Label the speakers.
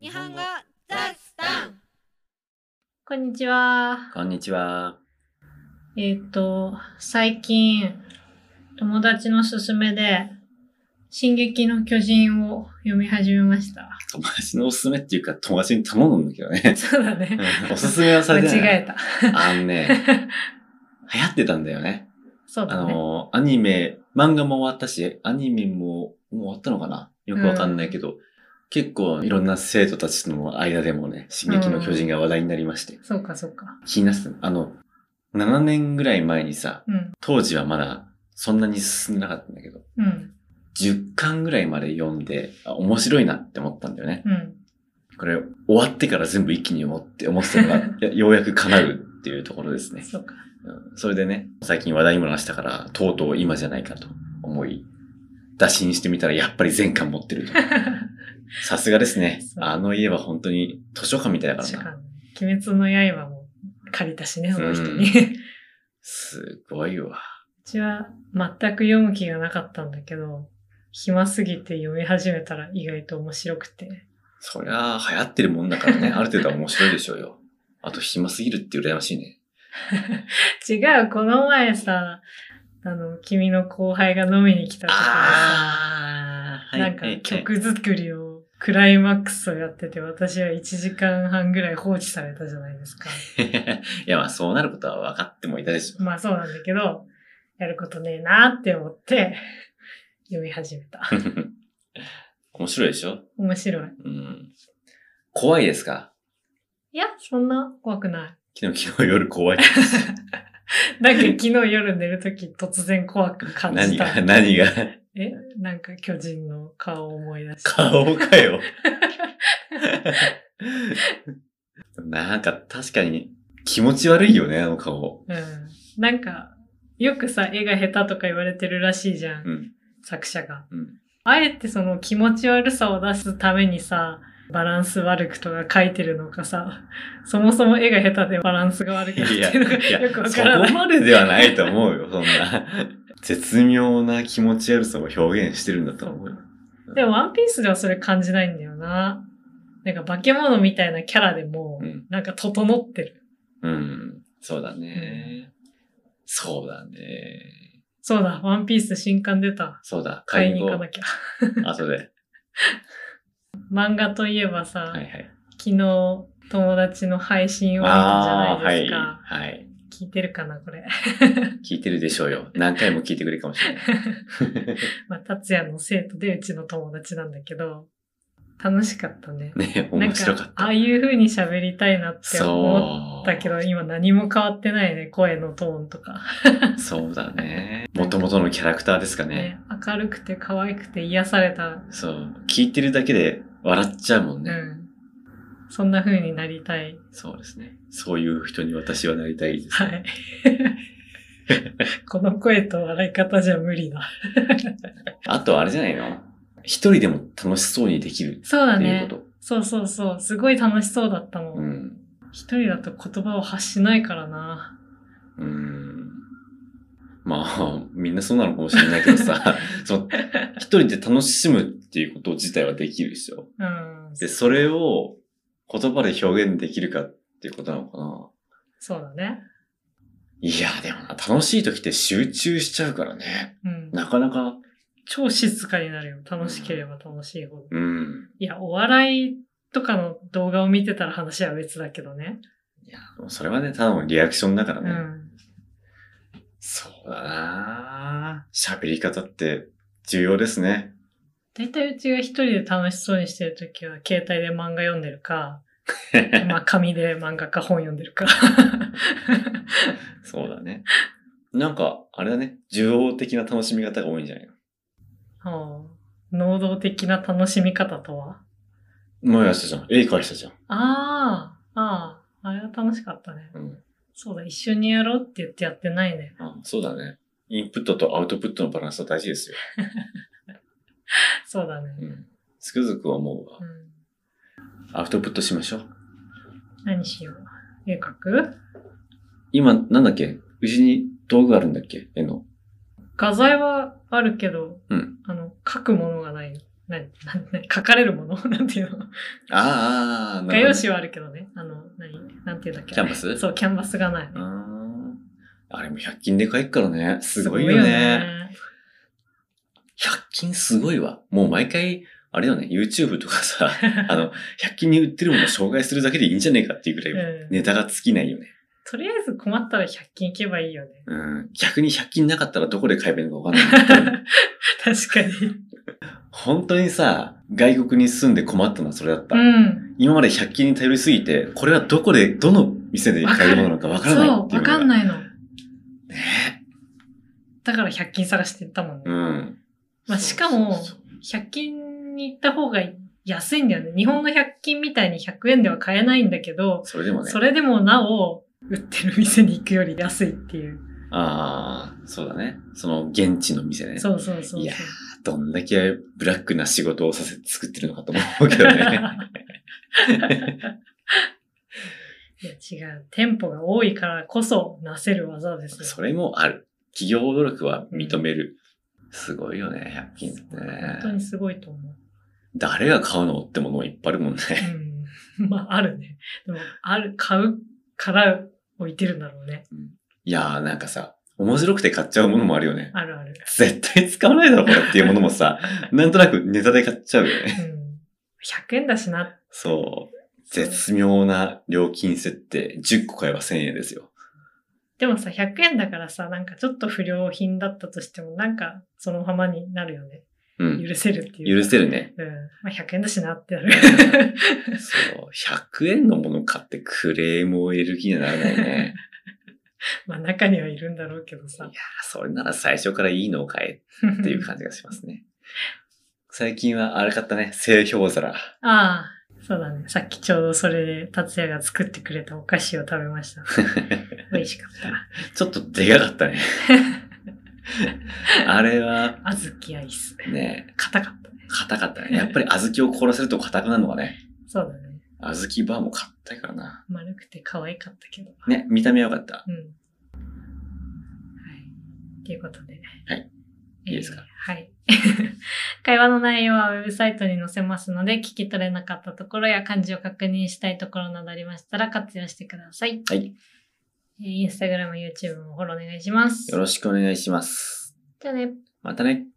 Speaker 1: 日本語ザスタン
Speaker 2: こんにちは。
Speaker 3: こんにちは。
Speaker 2: えっ、と、最近、友達の勧めで、進撃の巨人を読み始めました。
Speaker 3: 友達のおすすめっていうか、友達に頼むんだけど ね。
Speaker 2: そうだね。
Speaker 3: おすすめはさ
Speaker 2: 間
Speaker 3: れてない。
Speaker 2: 違えた。
Speaker 3: あのね、流行ってたんだよね。
Speaker 2: そう
Speaker 3: あ
Speaker 2: だね。
Speaker 3: の、アニメ、漫画も終わったし、アニメももう終わったのかなよくわかんないけど、結構いろんな生徒たちとの間でもね、進撃の巨人が話題になりまして、
Speaker 2: そうか、そうか。
Speaker 3: 気になってた。あの、7年ぐらい前にさ、
Speaker 2: うん。
Speaker 3: 当時はまだそんなに進んでなかったんだけど、
Speaker 2: うん。
Speaker 3: 10巻ぐらいまで読んで、あ面白いなって思ったんだよね。
Speaker 2: うん。
Speaker 3: これ、終わってから全部一気に思って、思ってたの が、いやようやく叶うっていうところですね。
Speaker 2: そ うか。
Speaker 3: うんそれでね、最近話題にもなしたから、とうとう今じゃないかと思い、打診してみたらやっぱり全巻持ってると。 さすがですね
Speaker 2: そ。う
Speaker 3: あの家は本当に図書館みたいだから
Speaker 2: 確か
Speaker 3: な。
Speaker 2: に。鬼滅の刃も借りたしね、その人に。
Speaker 3: う すごいわ。
Speaker 2: うちは全く読む気がなかったんだけど、暇すぎて読み始めたら意外と面白くて。
Speaker 3: そりゃ流行ってるもんだから ね、ある程度は面白いでしょうよ。あと暇すぎるって羨ましいね。
Speaker 2: 違う、この前さ、あの、君の後輩が飲みに来た時にさ、
Speaker 3: ー
Speaker 2: なんか曲作りを、クライマックスをやってて、私は1時間半ぐらい放置されたじゃないです か。
Speaker 3: いや、まあそうなることは分かってもいたでしょ。
Speaker 2: まあそうなんだけど、やることねえなって思って、読み始めた。
Speaker 3: 面白いでしょ
Speaker 2: 面白い。
Speaker 3: うん。怖いですか
Speaker 2: いや、そんな怖くない。
Speaker 3: 昨日、昨日夜 怖いです。
Speaker 2: なんか昨日夜寝るとき突然怖く感
Speaker 3: 何
Speaker 2: じた。
Speaker 3: が、何が、
Speaker 2: え、なんか巨人の顔を思い出した。
Speaker 3: 顔かよ。 なんか確かに気持ち悪いよね、あの顔。
Speaker 2: うん。なんか、よくさ、絵が下手とか言われてるらしいじゃん、
Speaker 3: うん。
Speaker 2: 作者が。
Speaker 3: うん。
Speaker 2: あえてその気持ち悪さを出すためにさ、バランス悪くとか書いてるのかさ、そもそも絵が下手でバランスが悪くなって
Speaker 3: いや、
Speaker 2: るのが
Speaker 3: い
Speaker 2: よく
Speaker 3: や、
Speaker 2: わ
Speaker 3: そこ
Speaker 2: からない。
Speaker 3: までではないと思うよ、そんな。絶妙な気持ち悪さを表現してるんだと思うよ。
Speaker 2: でもワンピースではそれ感じないんだよな。なんか化け物みたいなキャラでも、
Speaker 3: うん
Speaker 2: なんか整ってる。
Speaker 3: うん。そうだね。そうだね。
Speaker 2: そうだ、ワンピース新刊出た。
Speaker 3: そうだ、
Speaker 2: 買
Speaker 3: 買
Speaker 2: い
Speaker 3: いに
Speaker 2: に
Speaker 3: 行
Speaker 2: 行
Speaker 3: こ
Speaker 2: か
Speaker 3: う
Speaker 2: な。きゃ。
Speaker 3: 後で。
Speaker 2: 漫画といえばさ、
Speaker 3: はいはい。
Speaker 2: 昨日友達の配信を見たじゃ
Speaker 3: ああー、
Speaker 2: な
Speaker 3: はい
Speaker 2: で
Speaker 3: い。
Speaker 2: すか。
Speaker 3: はい。
Speaker 2: 聞いてるかな、これ。
Speaker 3: 聞いてるでしょうよ。何回も聞いてくれるかもしれない。
Speaker 2: まあ、達也の生徒でうちの友達なんだけど、楽しかったね。
Speaker 3: ね、面白か
Speaker 2: なん
Speaker 3: っ
Speaker 2: か、あ
Speaker 3: た。
Speaker 2: あいう風に喋りたいなって
Speaker 3: そ
Speaker 2: 思ったけど、今何も変わってないね、声のトーンとか。
Speaker 3: う。そうだね。もともとのキャラクターですかね。
Speaker 2: ね、明るくて可愛くて癒された。
Speaker 3: そう。聞いてるだけで笑っちゃうもん
Speaker 2: う
Speaker 3: ね。
Speaker 2: ん。そんな風になりたい。
Speaker 3: そうですね。そういう人に私はなりたいです。
Speaker 2: はい。この声と笑い方じゃ無理だ。
Speaker 3: あと、あれじゃないの一人でも楽しそうにできる
Speaker 2: そうだ
Speaker 3: ってい
Speaker 2: ね
Speaker 3: う。こ
Speaker 2: そうそうそう。すごい楽しそうだったも。
Speaker 3: と。うんん。
Speaker 2: 一人だと言葉を発しないからな。
Speaker 3: うん。まあ、みんなそうなのかもしれないけど さ、その、一人で楽しむっていうこと自体はできるでしょ。
Speaker 2: うん。
Speaker 3: で、それを言葉で表現できるかっていうことなのかな。
Speaker 2: そうだね。
Speaker 3: いや、でもな、楽しい時って集中しちゃうからね。
Speaker 2: うん。
Speaker 3: なかなか、
Speaker 2: 超静かになるよ。楽しければ楽しいほど。
Speaker 3: うん。
Speaker 2: いや、お笑いとかの動画を見てたら話は別だけどね。
Speaker 3: いや、でもそれはね、ただのリアクションだから
Speaker 2: う
Speaker 3: ね。
Speaker 2: ん。
Speaker 3: そうだな喋り方って重要ですね。
Speaker 2: だいたいうちが一人で楽しそうにしてるときは、携帯で漫画読んで るか、まあ紙で漫画か本読んでるか。
Speaker 3: そうだね。なんか、あれだね、受動的な楽しみ方が多いんじゃないの
Speaker 2: うん能動的な楽しみ方とは
Speaker 3: 前やしたじゃん。絵描いてたじゃん。
Speaker 2: ああ、ああ、あれは楽しかったね。
Speaker 3: うん。
Speaker 2: そうだ、一緒にやろうって言ってやってないね。
Speaker 3: あそうだね。インプットとアウトプットのバランスは大事ですよ。
Speaker 2: そうだね。
Speaker 3: うん。つくづく思うわ
Speaker 2: う。ん。
Speaker 3: アウトプットしましょう。
Speaker 2: 何しよう。絵描く
Speaker 3: 今、なんだっけうちに道具あるんだっけ絵の。
Speaker 2: 画材はあるけど、
Speaker 3: うん
Speaker 2: あの、描くものがないの。な、な、な、書かれるもの なんていうの
Speaker 3: あーあー、
Speaker 2: 画用紙
Speaker 3: は。
Speaker 2: はあるけどね。あの、何なんていうんだっけ
Speaker 3: キャンバス
Speaker 2: そう、キャンバスがない。
Speaker 3: うーんあれも100均で買えっからね。すごいよね。100均すごいわ。もう毎回、あれよね、YouTube とかさ、
Speaker 2: すごいよね。
Speaker 3: あの、100均に売ってるものを紹介するだけでいいんじゃねえかっていうくらい、
Speaker 2: うん
Speaker 3: ネタが尽きないよね。
Speaker 2: とりあえず困ったら100均行けばいいよね。
Speaker 3: うん。逆に100均なかったらどこで買えばいいのかわかんない。
Speaker 2: 確かに。
Speaker 3: 本当にさ、外国に住んで困ったのはそれだった。
Speaker 2: うん。
Speaker 3: 今まで100均に頼りすぎて、これはどこで、どの店で買えるものなのかわからない
Speaker 2: そ
Speaker 3: って
Speaker 2: う、
Speaker 3: いうのが。
Speaker 2: わかんないの。
Speaker 3: ね
Speaker 2: だから100均探してったもんね。
Speaker 3: うん。
Speaker 2: まあしかも
Speaker 3: そうそうそう
Speaker 2: 100均に行った方が安いんだよね。日本の100均みたいに100円では買えないんだけど、
Speaker 3: それでもね
Speaker 2: そ。れでもなお、売ってる店に行くより安いっていう。
Speaker 3: ああ、そうだね。その現地の店ね。
Speaker 2: そうそうそうそう。
Speaker 3: い やどんだけブラックな仕事をさせ、作ってるのかと思うけど ね。
Speaker 2: いや違う。店舗が多いからこそなせる技ですよ。
Speaker 3: それもある。企業努力は認める。すごいよね、100均って
Speaker 2: 本当に
Speaker 3: ね。
Speaker 2: すごいと思う。
Speaker 3: 誰が買うのってものいっぱいあるもんね。
Speaker 2: うん。 まあ、あるね。でも、ある、買うから置いてるんだろうね。
Speaker 3: いやーなんかさ、面白くて買っちゃうものもあるよね。
Speaker 2: あるある。
Speaker 3: 絶対使わないだろ、これっていうものもさ、なんとなくネタで買っちゃうよね。
Speaker 2: うん。100円だしな。
Speaker 3: そう。絶妙な料金設定。10個買えば1000円ですよ。
Speaker 2: でもさ、100円だからさ、なんかちょっと不良品だったとしても、なんかそのままになるよね。
Speaker 3: うん。
Speaker 2: 許せるっていう。
Speaker 3: 許せる ね。
Speaker 2: うん。まあ、100円だしなってなる。
Speaker 3: そう。100円のもの買ってクレームを入れる気にはならないね。
Speaker 2: まあ、中にはいるんだろうけどさ。
Speaker 3: それなら最初からいいのを買えっていう感じがしますね。最近はあれ買ったね、製氷皿。
Speaker 2: ああ、そうだね。さっきちょうどそれで、達也が作ってくれたお菓子を食べま した。美味しかった。
Speaker 3: ちょっとでかかった ね。あれは、
Speaker 2: 小豆アイス。
Speaker 3: ね、
Speaker 2: 硬かったね。
Speaker 3: 硬かったね。やっぱり小豆を凍らせると硬くなるのがね。
Speaker 2: そうだね。
Speaker 3: 小豆バーも硬いからな。
Speaker 2: 丸くて可愛かったけど。
Speaker 3: ね、見た目は良かった。
Speaker 2: うん。はい。ということで。
Speaker 3: はい。いいですか
Speaker 2: えーはい。 会話の内容はウェブサイトに載せますので、聞き取れなかったところや漢字を確認したいところなどありましたら活用してください。
Speaker 3: はい。
Speaker 2: えー、インスタグラム、YouTube もフォローお願いします。
Speaker 3: よろしくお願いします。
Speaker 2: じゃあね。
Speaker 3: またね。